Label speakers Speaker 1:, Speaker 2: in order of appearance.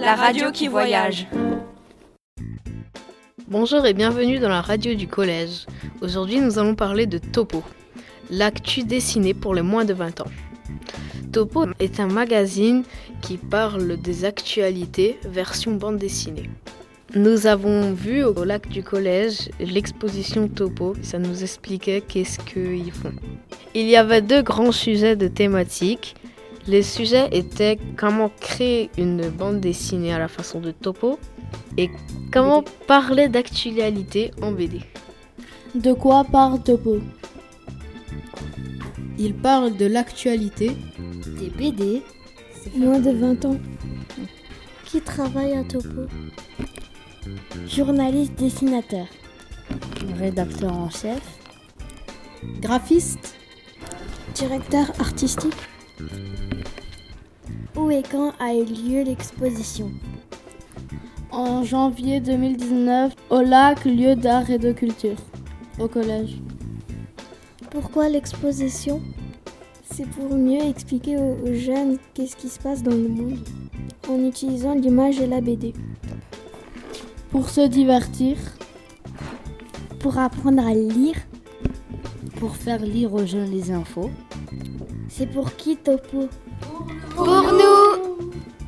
Speaker 1: la radio qui voyage.
Speaker 2: Bonjour et bienvenue dans la radio du collège. Aujourd'hui, nous allons parler de Topo, l'actu dessinée pour les moins de 20 ans. Topo est un magazine qui parle des actualités version bande dessinée. Nous avons vu au lac du collège l'exposition Topo. Ça nous expliquait qu'est-ce qu'ils font. Il y avait deux grands sujets de thématiques. Les sujets étaient comment créer une bande dessinée à la façon de Topo et comment parler d'actualité en BD.
Speaker 3: De quoi parle Topo
Speaker 4: Il parle de l'actualité.
Speaker 5: Des BD
Speaker 6: Moins de 20 ans. Qui travaille à Topo Journaliste dessinateur.
Speaker 5: Rédacteur en chef
Speaker 4: Graphiste
Speaker 6: Directeur artistique. Où et quand a eu lieu l'exposition
Speaker 3: En janvier 2019, au lac, lieu d'art et de culture, au collège.
Speaker 6: Pourquoi l'exposition C'est pour mieux expliquer aux aux jeunes qu'est-ce qui se passe dans le monde en utilisant l'image et la BD.
Speaker 3: Pour se divertir,
Speaker 6: Pour apprendre à lire,
Speaker 5: pour faire lire aux jeunes les infos.
Speaker 6: c'est pour qui Topo
Speaker 1: Pour nous